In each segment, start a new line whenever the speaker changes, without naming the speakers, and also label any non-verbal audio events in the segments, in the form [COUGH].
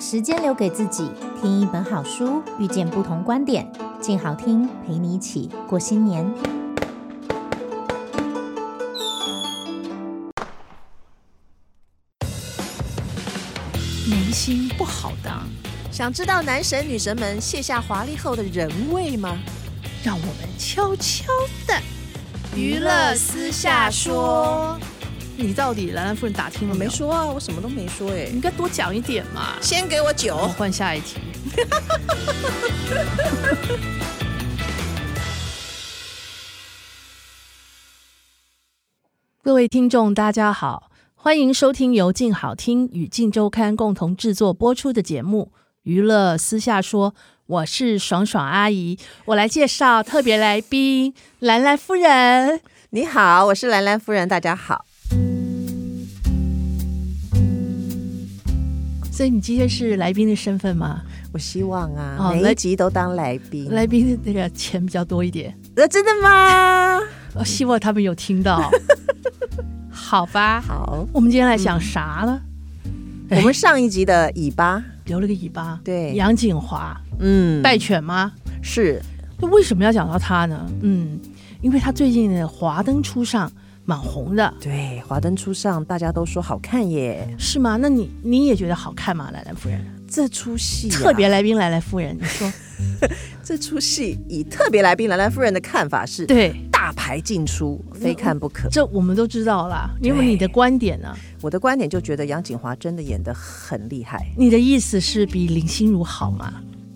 时间留给自己，听一本好书，遇见不同观点，静好听陪你一起过新年。
明星不好当，
想知道男神女神们卸下华丽后的人味吗？
让我们悄悄的
娱乐私下说，
你到底兰兰夫人打听了
我
没
没
有？
说啊，我什么都没说哎、
你应该多讲一点嘛。
先给我
我
酒
们，换下一题。 [LAUGHS] 各位听众，大家好，欢迎收听由静好听与静周刊共同制作播出的节目《娱乐私下说》，我是爽爽阿姨，我来介绍特别来宾兰兰夫人。
你好，我是兰兰夫人，大家好。
所以你今天是来宾的身份吗？
我希望啊，
哦
每
来
一集都当来宾。
来宾的那个钱比较多一点，
呃，真的吗？
我希望他们有听
[LAUGHS]
到。好吧，
好，
我们今天来讲啥呢？
我们上一集的尾巴，
留了个尾巴。
嗯对
杨锦华
嗯，
败犬吗？
是
那为什么要讲到他呢？嗯，因为他最近的《华灯初上》蛮红的，
对《华灯初上》，大家都说好看耶。
是吗？那你你也觉得好看吗？兰兰夫人，
这出戏啊、
特别来宾兰兰夫
[LAUGHS]
人，你说
这出戏以特别来宾兰兰夫人的看法是
对？
大牌进出，非看不可。
这我们都知道啦。因为
对
你的观点呢、
我的观点就觉得杨锦华真的演得很厉害，
你的意思是比林心如好吗？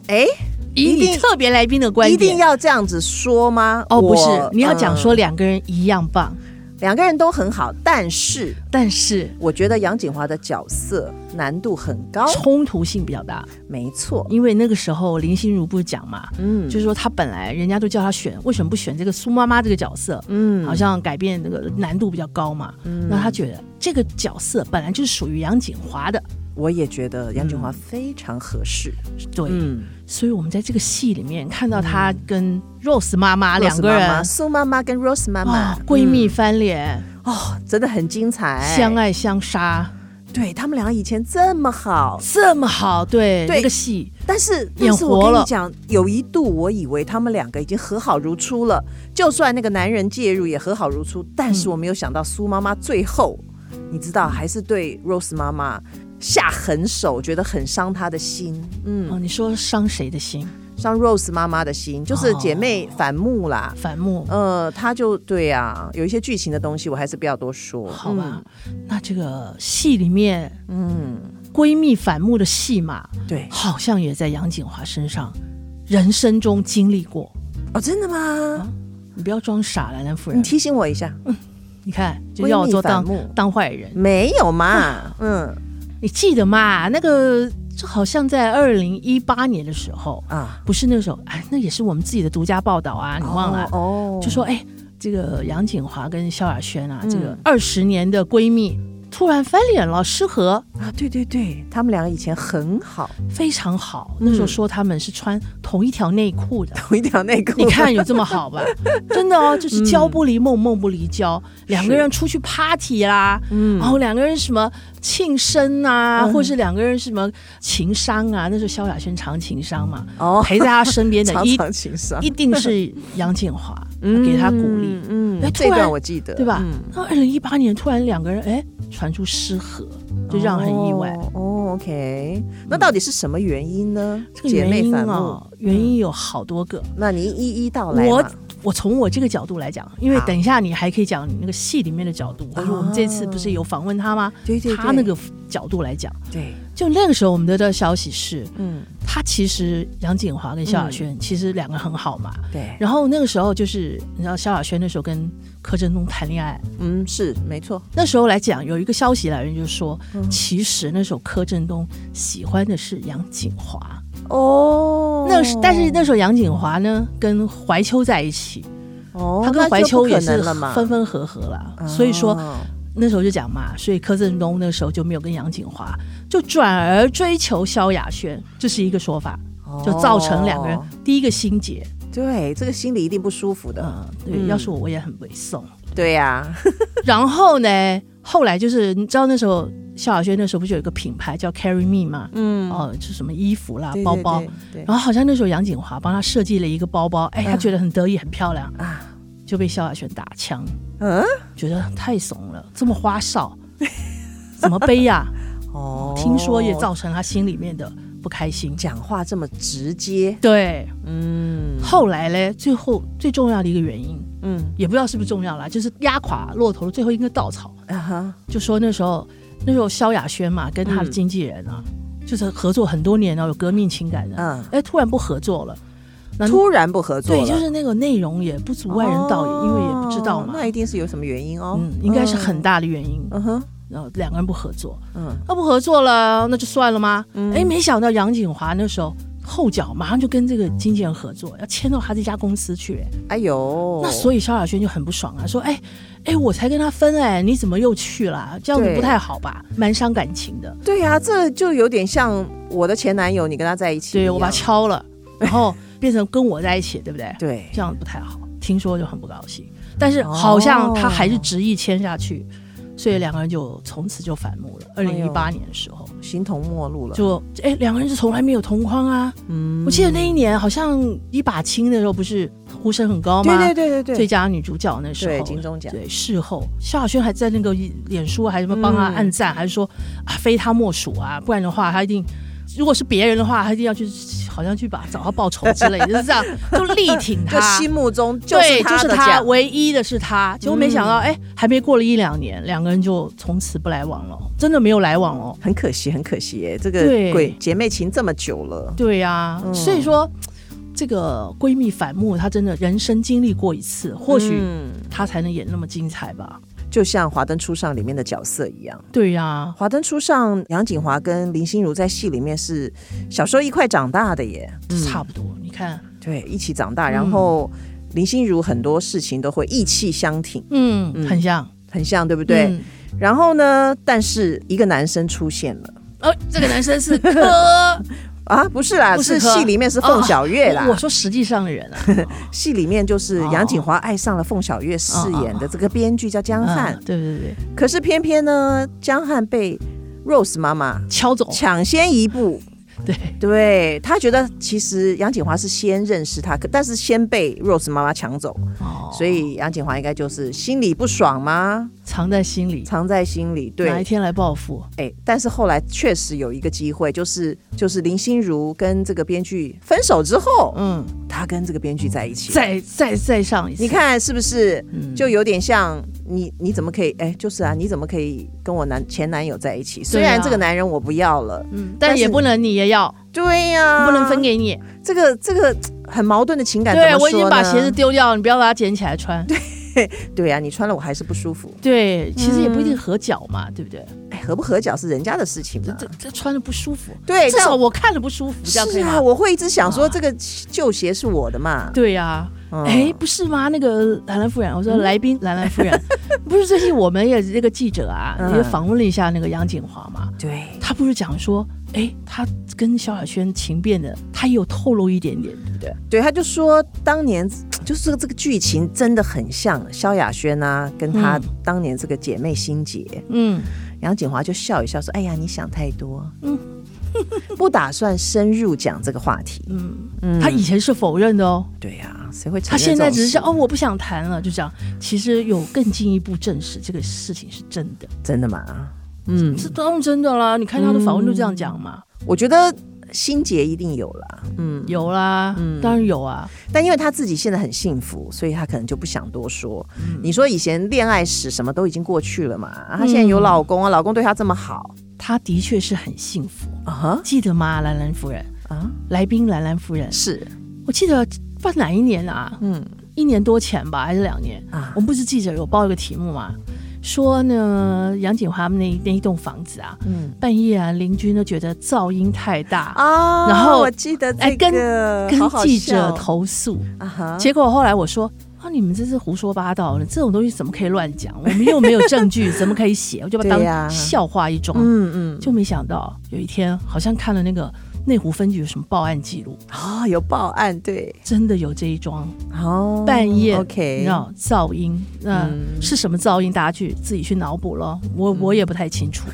哎，
以
一定
你特别来宾的观点，
一定要这样子说吗？
哦，不是
我，
你要讲、说
嗯
两个人一样棒，
两个人都很好，但是
但是
我觉得杨锦华的角色难度很高。
冲突性比较大，
没错，
因为那个时候林心如不是讲嘛，
嗯
就是说她本来人家都叫她选，为什么不选这个苏妈妈这个角色？
嗯
好像改变那个难度比较高嘛，那她觉得这个角色本来就是属于杨锦华的，
我也觉得杨锦华非常合适。
对，
嗯，
所以我们在这个戏里面看到她跟 Rose 妈妈啊
Rose
两个
妈妈
人哦
苏妈妈跟 Rose 妈嗯妈
哇闺蜜翻脸，
哦，真的很精彩，
相。爱相杀，
对他们俩以前这么好，
这么好，对
对
那个戏
但是，
演
但是我
活
跟
了
你讲，有一度我以为他们两个已经和好如初了，就算那个男人介入也和好如初。但是我没有想到苏妈妈最后，你知道，还是对 Rose 妈妈下狠手，觉得很伤她的心，嗯，
哦，你说伤谁的心？
伤 Rose 妈妈的心，就是姐妹反目啦。
反目，
呃，她就对啊，有一些剧情的东西，我还是不要多说，
好吧？那这个戏里面
嗯？嗯，
闺蜜反目的戏码，
对，
好像也在杨锦华身上人生中经历过。
哦，真的吗？
你不要装傻了，兰夫人
你，提醒我一下，
你看就要我做当
闺蜜反目
当坏人，
没有嘛？嗯
你记得吗？那个这好像在二零一八年的时候，
啊，
不是那时候，哎，那也是我们自己的独家报道啊，你忘了啊？
哦，哦
就说哎，这个杨锦华跟萧亚轩啊，
嗯
这个二十年的闺蜜突然翻脸了，失和。
啊，对对对，他们两个以前很好，
非常好。那时候说他们是穿同一条内裤的，
同一条内 [LAUGHS] 裤。
你看有这么好
[LAUGHS]
吧？真的哦，就是交不离梦，梦不离交。两个人出去 party 啦，
嗯
然后两个人什么庆生啊，
嗯
或是两个人什么情商啊。那时候萧亚轩常情商嘛，
哦，
陪在他身
[LAUGHS]
边的
常
一
常情商，
一定是杨建华，给他鼓励。
嗯
哎
嗯，
突
这
然
段我记得，
对吧
嗯？
那二零一八年突然两个人哎传出失和，就让人很意外。
哦哦，OK，那到底是什么原因呢？
这个
姐
原
妹
因
反目，嗯
啊，原因有好多个。
那你一一道来
我
嘛。
我从我这个角度来讲，因为
好
等一下你还可以讲你那个戏里面的角度，或者我们这次不是有访问他吗？
对对对
他那个角度来讲，
对，
就那个时候我们得到消息是，
嗯，
他其实杨锦华跟萧亚轩、其实两个很好嘛。
对，
然后那个时候就是你知道萧亚轩那时候跟柯震东谈恋爱，
嗯，是没错，
那时候来讲有一个消息来源就是说，
嗯
其实那时候柯震东喜欢的是杨锦华。
哦
那是但是那时候杨锦华呢跟怀秋在一起，
哦，
他跟
那
怀
就
秋
不
也
可
是
能了嘛，
分分合合啦，所以说
哦
那时候就讲嘛，所以柯震东那时候就没有跟杨锦华，就转而追求萧亚轩，这是一个说法，就造成两个人
哦
第一个心结。
对这个心里一定不舒服的，
嗯，对，要是我 [LAUGHS] 我也很猥琐。
对呀，
然后呢，后来就是你知道那时候萧亚轩那时候不就有一个品牌叫 Carry Me 嘛？
[LAUGHS] 嗯，
哦，是什么衣服啦、
对
包包。，
对对对
然后好像那时候杨景华帮他设计了一个包包，哎，他
嗯
觉得很得意、很漂亮，
啊，
就被萧亚轩打枪，
嗯，
觉得太怂了，这么花哨， [LAUGHS] 怎么背呀、
哦
听说也造成他心里面的不开心。
讲话这么直接，
对，
嗯
后来嘞，最后最重要的一个原因，
嗯
也不知道是不是重要啦，就是压垮骆驼的最后一根稻草，
啊哈，
就说那时候那时候萧亚轩嘛，跟他的
嗯
经纪人啊，就是合作很多年了，有革命情感的，
嗯，
哎，突然不合作了。那
突然不合作
嗯对，
了，
就是那个内容也不足外人道也，因为也不知道
哦
嘛。
那一定是有什么原因哦，
嗯，应该是很，大的原因，
嗯哼，
然后两个人不合作，
嗯
那不合作了，那就算了吗？
嗯
哎、没想到杨景华那时候后脚马上就跟这个经纪人合作，要签到他这家公司去、哎
哎呦，
那所以萧亚轩就很不爽啊，说：“哎、哎、我才跟他分哎、你怎么又去了？这样子
对
不太好吧？
嗯
蛮伤感情的。
对呀、这就有点像我的前男友，你跟他在一起一
对
样，
我把他敲
[LAUGHS]
了，然后变成跟我在一起，对不对？
对哦
这样不太好。听说就很不高兴，但是好像他还是执意签下去，所以两个人就从此就反目了。二
哎呦
零一八年的时候，
形同陌路了，
就哎两个人就从来没有同框啊。
嗯
我记得那一年好像一把青的时候不是呼声很高吗？
对对对对
最
对，
佳女主角那时候
对金钟奖
对事后萧亚轩还在那个脸书还什么帮他
嗯
暗赞，还是说啊非他莫属啊，不然的话他一定。如果是别人的话，他一定要去，好像去把找他报仇之类的，就是这样，就力挺
就
他。
心目中就
对，
是
就
他
是
的
他，
家，
唯一的是他。结果没想到，哎、还没过了一两年，两个人就从此不来往了，真的没有来往了。
很可惜，很可惜耶，这个
对
鬼姐妹情这么久了，
对呀、所以说这个闺蜜反目，她真的人生经历过一次，或许
嗯
她才能演那么精彩吧。
就像《华灯初上》里面的角色一样，
对啊呀、
《华灯初上》杨景华跟林心如在戏里面是小时候一块长大的耶，
差不多。你看，
对，一起长
嗯
大，然后林心如很多事情都会意气相挺，
嗯，
嗯
很像，
很像，对不对？
嗯
然后呢，但是一个男生出现了。
哦，这个男生是 [LAUGHS] 柯，
啊，不是啦，
不是
是
柯哦
戏里面是凤小岳啦
我。我说实际上的人啊，
戏里面就是
哦
杨景华爱上了凤小岳饰演的这个编剧叫
[LAUGHS]
江
嗯
汉，
对对对，
可是偏偏呢，江汉被 Rose 妈妈
敲走，
抢先一步，
对，
对他觉得其实杨景华是先认识他，可但是先被 Rose 妈妈抢走，
哦，
所以杨景华应该就是心里不爽吗？
藏在心里，
藏在心里，对，
哪一天来报复？
哎，但是后来确实有一个机会，就是就是林心如跟这个编剧分手之后，
嗯，
他跟这个编剧在一起了，
再再再上一次，
你，看是不是？
嗯
就有点像你，你怎么可以？哎，就是啊，你怎么可以跟我男前男友在一起？
啊
虽然这个男人我不要了，
嗯，
但
但嗯
是
也不能你也要，
对呀、
不能分给你。
这个这个嘖很矛盾的情感。
对啊
怎么
我已
说
经把
呢
鞋子丢掉，你不要把它捡起来穿。对，
对啊呀、你穿了我还是不舒服。
其实也不一
嗯
定合脚嘛，对不对？
哎，合不合脚是人家的事情
这
嘛。
这这穿着不舒服，
对，
至少
但
我看了不舒服，这样可
哎是
以
啊，
吗？
我会一直想说
啊
这个旧鞋是我的嘛。
对呀，
嗯
哎，不是吗？那个兰兰夫人，我说来宾兰兰夫
[LAUGHS]
人，不是最近我们也那个记者啊，
嗯
也访问了一下那个杨景华嘛，
对，
他不是讲说，哎，他跟萧亚轩情变的，他也有透露一点点，对不对？
对，他就说当年就是这个剧情真的很像萧亚轩啊，跟她
嗯
当年这个姐妹心结。
嗯，
杨景华就笑一笑说：“哎呀，你想太多， [LAUGHS] 不打算深入讲这个话题。”嗯
他以前是否认的哦。
对呀、谁会承
他
认这
现
种
在
事？
只是想哦，我不想谈了，就这样。其实有更进一步证实这个事情是真的，
真的吗？嗯，
是当然真的啦。你看他的访问都这样讲嘛，
我觉得心结一定有啦。嗯，
有啦，当然有啊。
但因为他自己现在很幸福，所以他可能就不想多说。
嗯
你说以前恋爱史什么都已经过去了嘛，啊她现在有老公啊，老公对她这么好
他的确是很幸福，
啊哈
记得吗，兰兰夫人？
啊，
来宾兰兰夫人，
是
我记得不知道哪一年啊，
嗯
一年多前吧，还是两年？
啊
我们不是记者有报一个题目嘛，说呢杨景华他们那一那一栋房子啊，
嗯
半夜啊邻居呢觉得噪音太大，
啊
然后
我记得
哎
这
跟
个
跟
好好
记者
笑
投诉。
啊哈，
结果后来我说。啊！你们这是胡说八道的，
嗯
这种东西怎么可以乱讲？我们又没有证据，怎么可以
[LAUGHS]
写？我就把它
对呀
当笑话一装。
嗯嗯
就没想到有一天，好像看了那个内湖分局有什么报案记录，
啊、有报案对，
真的有这一桩
哦，
半夜
OK，
你知道噪音，那、
嗯
是什么噪音？大家去自己去脑补咯。我我也不太清
[LAUGHS]
楚，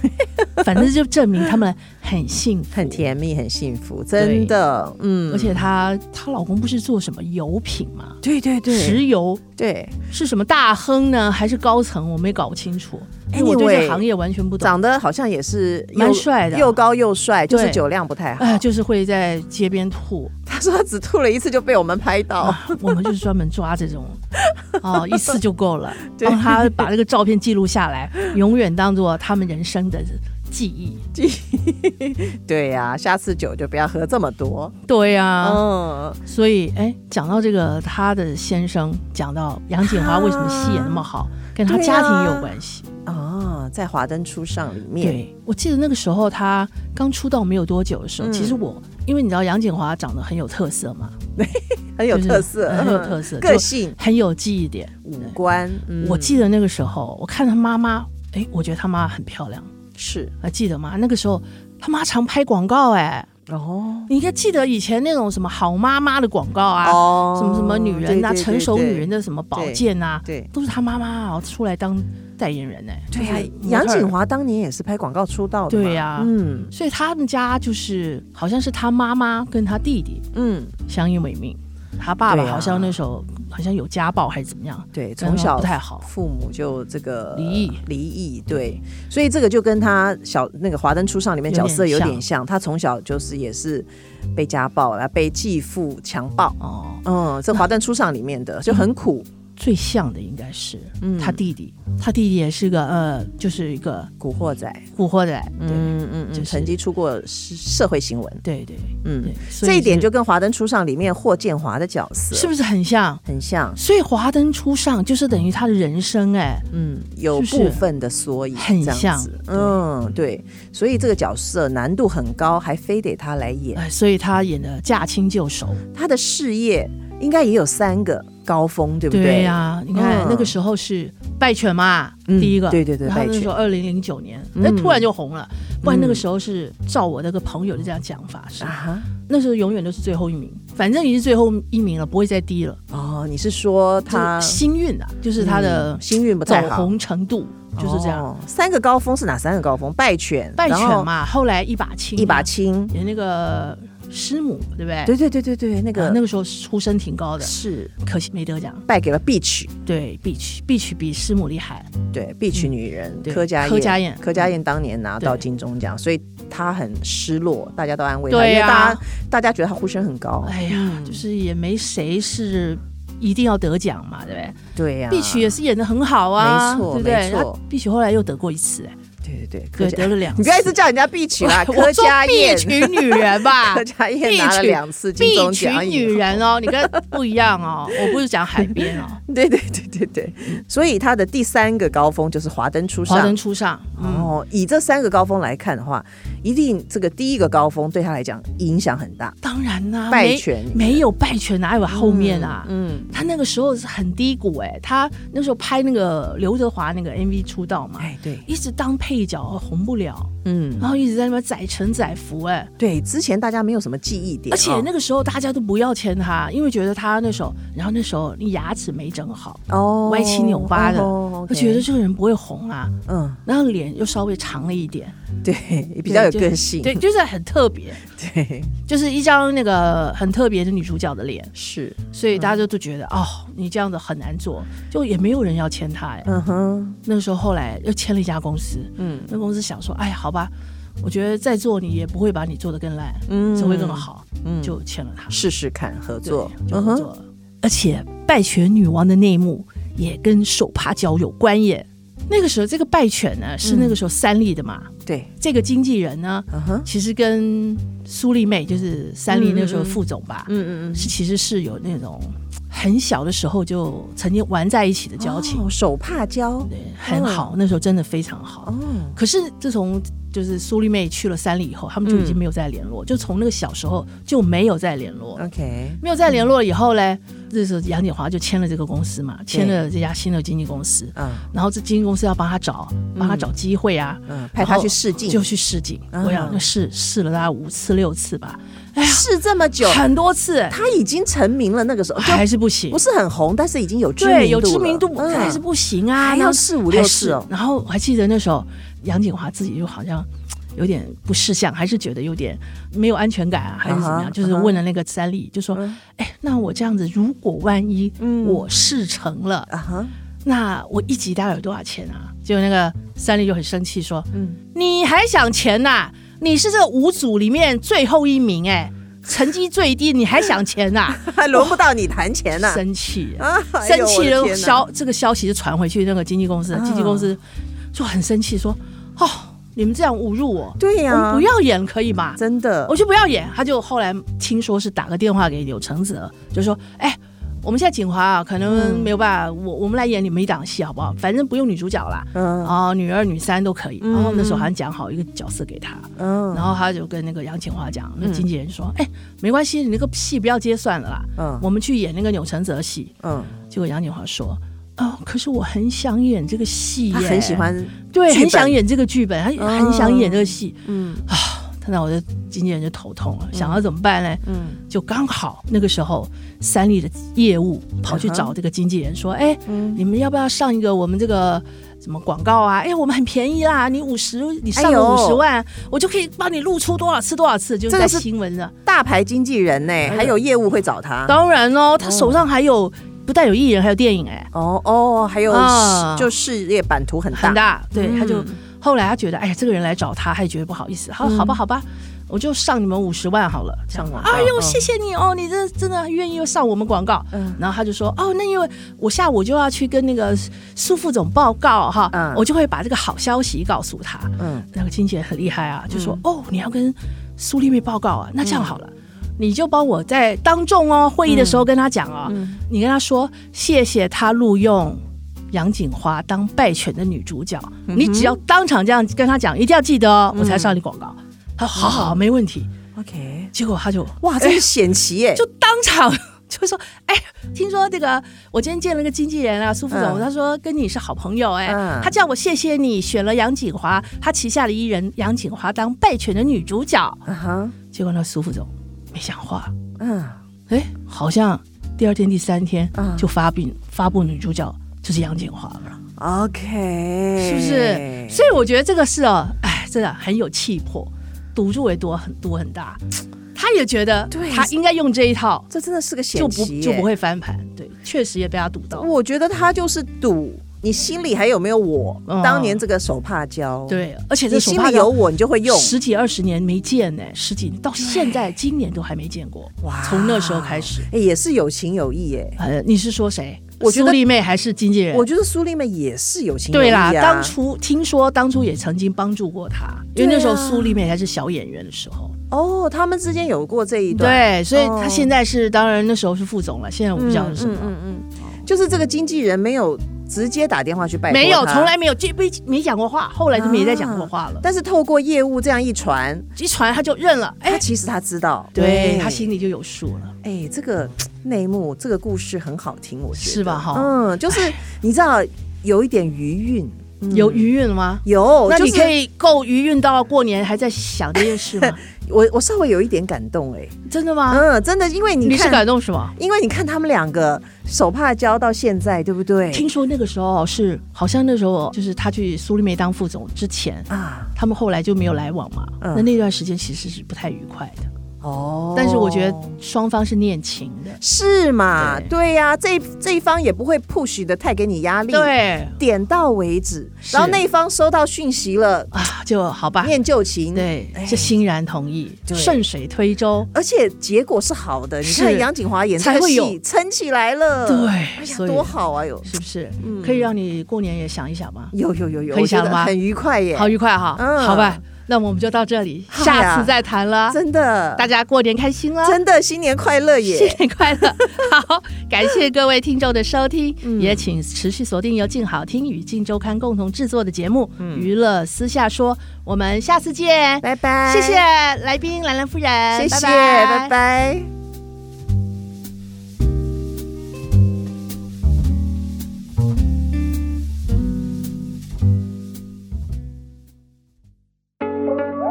反正就证明他们很幸福，
很。甜蜜，很幸福，真的，嗯，
而且她她老公不是做什么油品嘛，
对对对，
石油
对
是什么大亨呢，还是高层？我没搞不清楚，
哎
因为我对这
Anyway，
行业完全不懂。
长得好像也是又
蛮帅的
又高又帅，就是
对
酒量不太好。
哎，就是会在街边
[LAUGHS]
吐，
他说他只吐了一次就被我们拍
[LAUGHS]
到，
我们就是专门抓这种，
[LAUGHS]
哦，一次就够了，
对
帮他把这个照片记录下来，永远当做他们人生的记忆。
对呀、下次酒就不要喝这么多。
对呀、
嗯，
所以哎，讲到这个，他的先生讲到杨锦华为什么戏演那么好，跟他
啊对
家庭也
啊
有关系。
啊，在《华灯初上》里面，
对，我记得那个时候他刚出道没有多久的时候，
嗯
其实我因为你知道杨锦华长得很有特色嘛，
很有
就是
特色，
很有
嗯
特色
个
就
性、
很有记忆点。
五官，嗯
我记得那个时候，我看他妈妈，哎，我觉得他妈很漂亮，
是
还记得吗？那个时候他妈常拍广告，哎，
哦
你应该记得以前那种什么好妈妈的广告啊，
哦
什么什么女人啊，
对对对
成熟女
对
人的什么保健啊，
对
都是他妈妈啊出来当代言人哎、
对
呀
呀，，杨锦，华当年也是拍广告出道的嘛，
对呀
嗯
所以他们家就是好像是他妈妈跟他弟弟
嗯，
相依为命，他爸爸
对啊
好像那时候、好像有家暴还是怎么样，
对，
真的
从小
不太好
父母就这个
离异
离异对，所以这个就跟他小那个《华灯初上》里面
有点
角色有点
像
像，他从小就是也是被家暴啦，被继父强暴。
哦，[LAUGHS]
嗯，这《华灯初上》里面的就很苦，
最像的应该是
嗯，
他弟弟，他弟弟也是个呃，就是一个
古惑仔，
古惑仔，对、
嗯嗯
就
嗯，
是
曾经出过社社会新闻，
对对
嗯
对，，所以
这一点就跟《华灯初上》里面霍建华的角色
是不是很像？
很像，
所以华灯初上就是等于他的人生哎、
嗯，有
是不是
部分的缩影，
很
这样
像
子嗯，对，所以这个角色难度很高，还非得他来演。
哎，所以他演的驾轻就熟，
他的事业应该也有三个高峰，对不对？
呀、你看、
嗯
那个时候是败犬嘛，
嗯
第一个，
对对对
然后
败
那
犬
时候二零零九年，
嗯
那、突然就红了，不然那个
嗯
时候是照我那个朋友的这样讲法是，
啊哈。
那时候永远都是最后一名，反正已经最后一名了，不会再低了。
哦，你是说他
就是星运啊，就是他的
嗯星运不
走
太好，
红程度、就是这样。
哦三个高峰是哪三个高峰？败犬，
败
然后
犬嘛，后来一把青，
一把青。
演那个师母，对不对？
对对对对对，那
啊
个
那个时候出身挺高的，
是
可惜没得奖。
败给了 Beach，
对，Beach Beach 比师母厉害，
对 Beach 女人
嗯对
柯佳
柯佳燕
柯佳燕当年拿到
对
金钟奖，所以她很失落，大家都安慰她，
对
因为
呀
大家大家觉得她呼声很高。
哎呀，就是也没谁是一定要得奖嘛，对不对？
对呀，
碧曲也是演的很好啊，
没错
对不对？
没错
他碧曲后来又得过一次，哎，
对对对，柯
对，
佳
得，了两次。
你不要一直叫人家 Beach 啦，
[LAUGHS] 我
柯
说
佳燕
碧。曲女人吧
[LAUGHS] 柯，佳燕拿了两次金
碧
钟
曲
奖以
女
后，
人哦，你跟不一样哦，我不是讲海边哦，
[LAUGHS] 对对对对对，所以她的第三个高峰就是华灯初
华灯
上。
初上，嗯，
哦，以这三个高峰来看的话，一定这个第一个高峰对她来讲影响很大。
当然啦，
败
没
犬女
没有败犬哪有后面啊？
嗯，
他那个时候是很低谷哎、他那时候拍那个刘德华那个 MV 出道嘛，
哎，对，
一直当配角哦红不了，
嗯，
然后一直在那边载沉载浮哎、
对，之前大家没有什么记忆点，
而且那
个
个时候大家都不要签他，因为觉得他那时候，然后那时候你牙齿没整好，
哦
歪七扭八的，
哦
他觉得这个人不会红啊，
嗯，
然后脸又稍微长了一点，
对，比较有
对就
个性，
对，就是很特别，
对，
就是一张那个很特别的女主角的脸，
是，
所以大家就都觉得、哦，你这样子很难做，就也没有人要签他哎、
嗯哼，
那个时候后来又签了一家公司，
嗯
那公司想说，哎，好吧，我觉得再做你也不会把你做得更烂，
嗯
只会更，好，
嗯
就签了他，
试试看合
对
作，嗯
就合作了。而且败犬女王的内幕也跟手帕脚有关耶。那个时候，这个败犬呢是那个时候三立的嘛，
嗯哼，对，
这个经纪人呢
嗯哼，
其实跟苏丽妹就是三立
嗯嗯
那个时候副总吧，
嗯嗯嗯。
是其实是有那种很小的时候就曾经玩在一起的交情，
哦手帕交
对，很好，那时候真的非常好。
哦，
可是自从就是苏丽妹去了山里以后，他们就
嗯
已经没有再联络，就从那个小时候就没有再联络。
OK，
没有再联络了以后嘞，这时候杨锦华就签了这个公司嘛，签了这家新的经纪公司，
嗯
然后这经纪公司要帮他找，帮他找机会啊，
嗯，派他去试镜，
就去试镜。
啊
我想试试了大概五次六次吧，
试这么久，
很多次
他已经成名了，那个时候就
还是不行
不。是很红，但是已经有知名度了
对，有知名度
嗯
还是不行啊，
还
然后
要试五六
还
次哦
试然后我还记得那时候杨锦华自己就好像。有点不识相，还是觉得有点没有安全感啊，还是怎么样
啊哈啊
就是问了那个三立，就说：“哎、那我这样子，如果万一
嗯
我试成了，
啊哈，
那我一集大概有多少钱啊？”结果那个三立就很生气，说：“
嗯，
你还想钱呐、你是这五组里面最后一名、哎，成绩最低，你还想钱呐、
还轮不到你谈 [LAUGHS] 钱呢
生气
啊！哎
生
呦
气
我
了
的天哪
消这个消息就传回去那个经纪公司，
啊
经纪公司就很生气说：“哦，你们这样侮辱我，
对呀、
我们不要演可以吗？
真的
我，就不要演。”他就后来听说是打个电话给柳承泽，就说：“哎。”我们现在锦华啊，可能没有办法，我我们来演你们一档戏好不好？反正不用女主角啦，
嗯
哦，女二、女三都可以。
嗯
然后那时候好像讲好一个角色给他，
嗯
然后他就跟那个杨千嬅讲，那经纪人说：“哎，没关系，你那个戏不要接算了啦，
嗯
我们去演那个钮承泽戏。”
嗯，
结果杨锦华说：“哦，可是我很想演这个戏耶，
他很喜，欢，
对，
剧本
很想演这个剧本，他
嗯
很想演这个戏。
嗯
他那我的经纪人就头痛了，想要怎么办呢？
嗯
就刚好那个时候，三立的业务跑去
嗯哼
找这个经纪人说：‘哎，
嗯，
你们要不要上一个我们这个什么广告啊？哎，我们很便宜啦，你五十，你上
哎呦
五十万，我就可以帮你露出多少次多少次，就是
这
在
个是
新闻上。’
大牌经纪人呢、
哎呦
还有业务会找他。
当然喽，他手上还有不但有艺人，还有电影，哎，
哦哦，还有、
啊
就事业版图很大，
很大，对，
嗯
他就后来他觉得，哎呀，这个人来找他，他也觉得不好意思，他说好吧，好吧，我就上你们五十万好了，这样
上广告
哎呦，
嗯
谢谢你哦，你这真的愿意上我们广告。
嗯
然后他就说，哦，那因为我下午就要去跟那个苏副总报告哈，
嗯
我就会把这个好消息告诉他。
嗯
那个经纪人很厉害啊，就说、哦，你要跟苏丽妹报告啊，那这样好了。你就帮我在当众哦会议的时候跟他讲哦，你跟他说谢谢他录用杨锦华当败犬的女主角，你只要当场这样跟他讲，一定要记得哦，我才上你广告。他说好好好没问题，
，OK，
结果他就
哇，这是险棋耶、
哎就当场 [LAUGHS] 就说：“哎，听说这个我今天见了个经纪人啊，苏副总，
嗯
他说跟你是好朋友、哎、
嗯
他叫我谢谢你选了杨锦华，他旗下的艺人杨锦华当败犬的女主角。
嗯哼，
结果呢，苏副总没讲话，
嗯，
哎，好像第二天、第三天
嗯
就发病、发布女主角就是杨锦华了，
，OK，
是不是？所以我觉得这个事哦，哎，真的很有气魄，赌注也多很多很大。”他也觉得
对
他应该用这一套，
这真的是个
就
险
不
棋耶、
就不会翻盘。对，确实也被他赌到。
我觉得他就是赌你心里还有没有我、
嗯
当年这个手帕胶，，
对，而且这
你
手
心
帕
里有我，你就会用。
十几二十年没见呢、十几到现在今年都还没见过。
哇
从那时候开始，
哎也是有情有义耶、
呃，你是说谁？
我觉得
苏丽妹还是经纪人？
我觉得苏丽妹也是有情有义、啊、
对啦，当初听说当初也曾经帮助过她，因为
对啊
那时候苏丽妹还是小演员的时候。
哦，他们之间有过这一段，
对，所以她
哦
现在是当然那时候是副总了，现在我不知道是什么。
嗯嗯，就是这个经纪人没有直接打电话嗯去拜托他，
没有，从来没有，就没没讲过话，后来就没再讲过话了。
但是透过业务这样一传，
一传他就认了，哎
他，其实他知道，
对他心里就有数了，
哎，这个内幕，这个故事很好听，我觉得
是吧？？哈，
嗯，就是你知道有一点余韵，嗯
有余韵了吗？
有，
那你
哦就是
可以够余韵到过年还在想这件事
[LAUGHS]
吗？
我我稍微有一点感动，哎，
真的吗？
嗯，真的，因为你
啊你是
看，
感动什么？
因为你看他们两个手帕交到现在，对不对？
听说那个时候是好像那时候就是他去苏丽梅当副总之前，
啊，
他们后来就没有来往嘛。
嗯
那那段时间其实是不太愉快的，
哦，
但是我觉得双方是念情的，
是嘛？
对
对呀、这这一方也不会 push 的太给你压力，，
对
点到为止。
是
然后那一方收到讯息了，
啊，就好吧，
念旧情，，
对
哎，
就欣然同意，
对
顺水推舟。
而且结果是好的。你
是
看杨锦华演这
才
个
会有
戏撑起来了，
对
哎呀，
所以
多好啊！有
是不是可以让你过年也想一想吗？
有有有有，
可以
我觉
想
得
吗
很愉快耶。
好愉快哈，
嗯
好吧。那么我们就到这里，
嗨
下
呀
次再谈了。
真的，
大家过年开心啦！
真的新年快乐
新
耶！
年快乐！好，感谢各位听众的收听，
嗯
也请持续锁定由静好听与静周刊共同制作的节目《娱乐私下说》，我们下次见。
嗯拜拜，
谢谢，来宾兰兰夫人，
谢
拜
谢，
拜
拜拜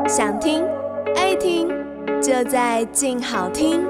想听爱听，就在静好听。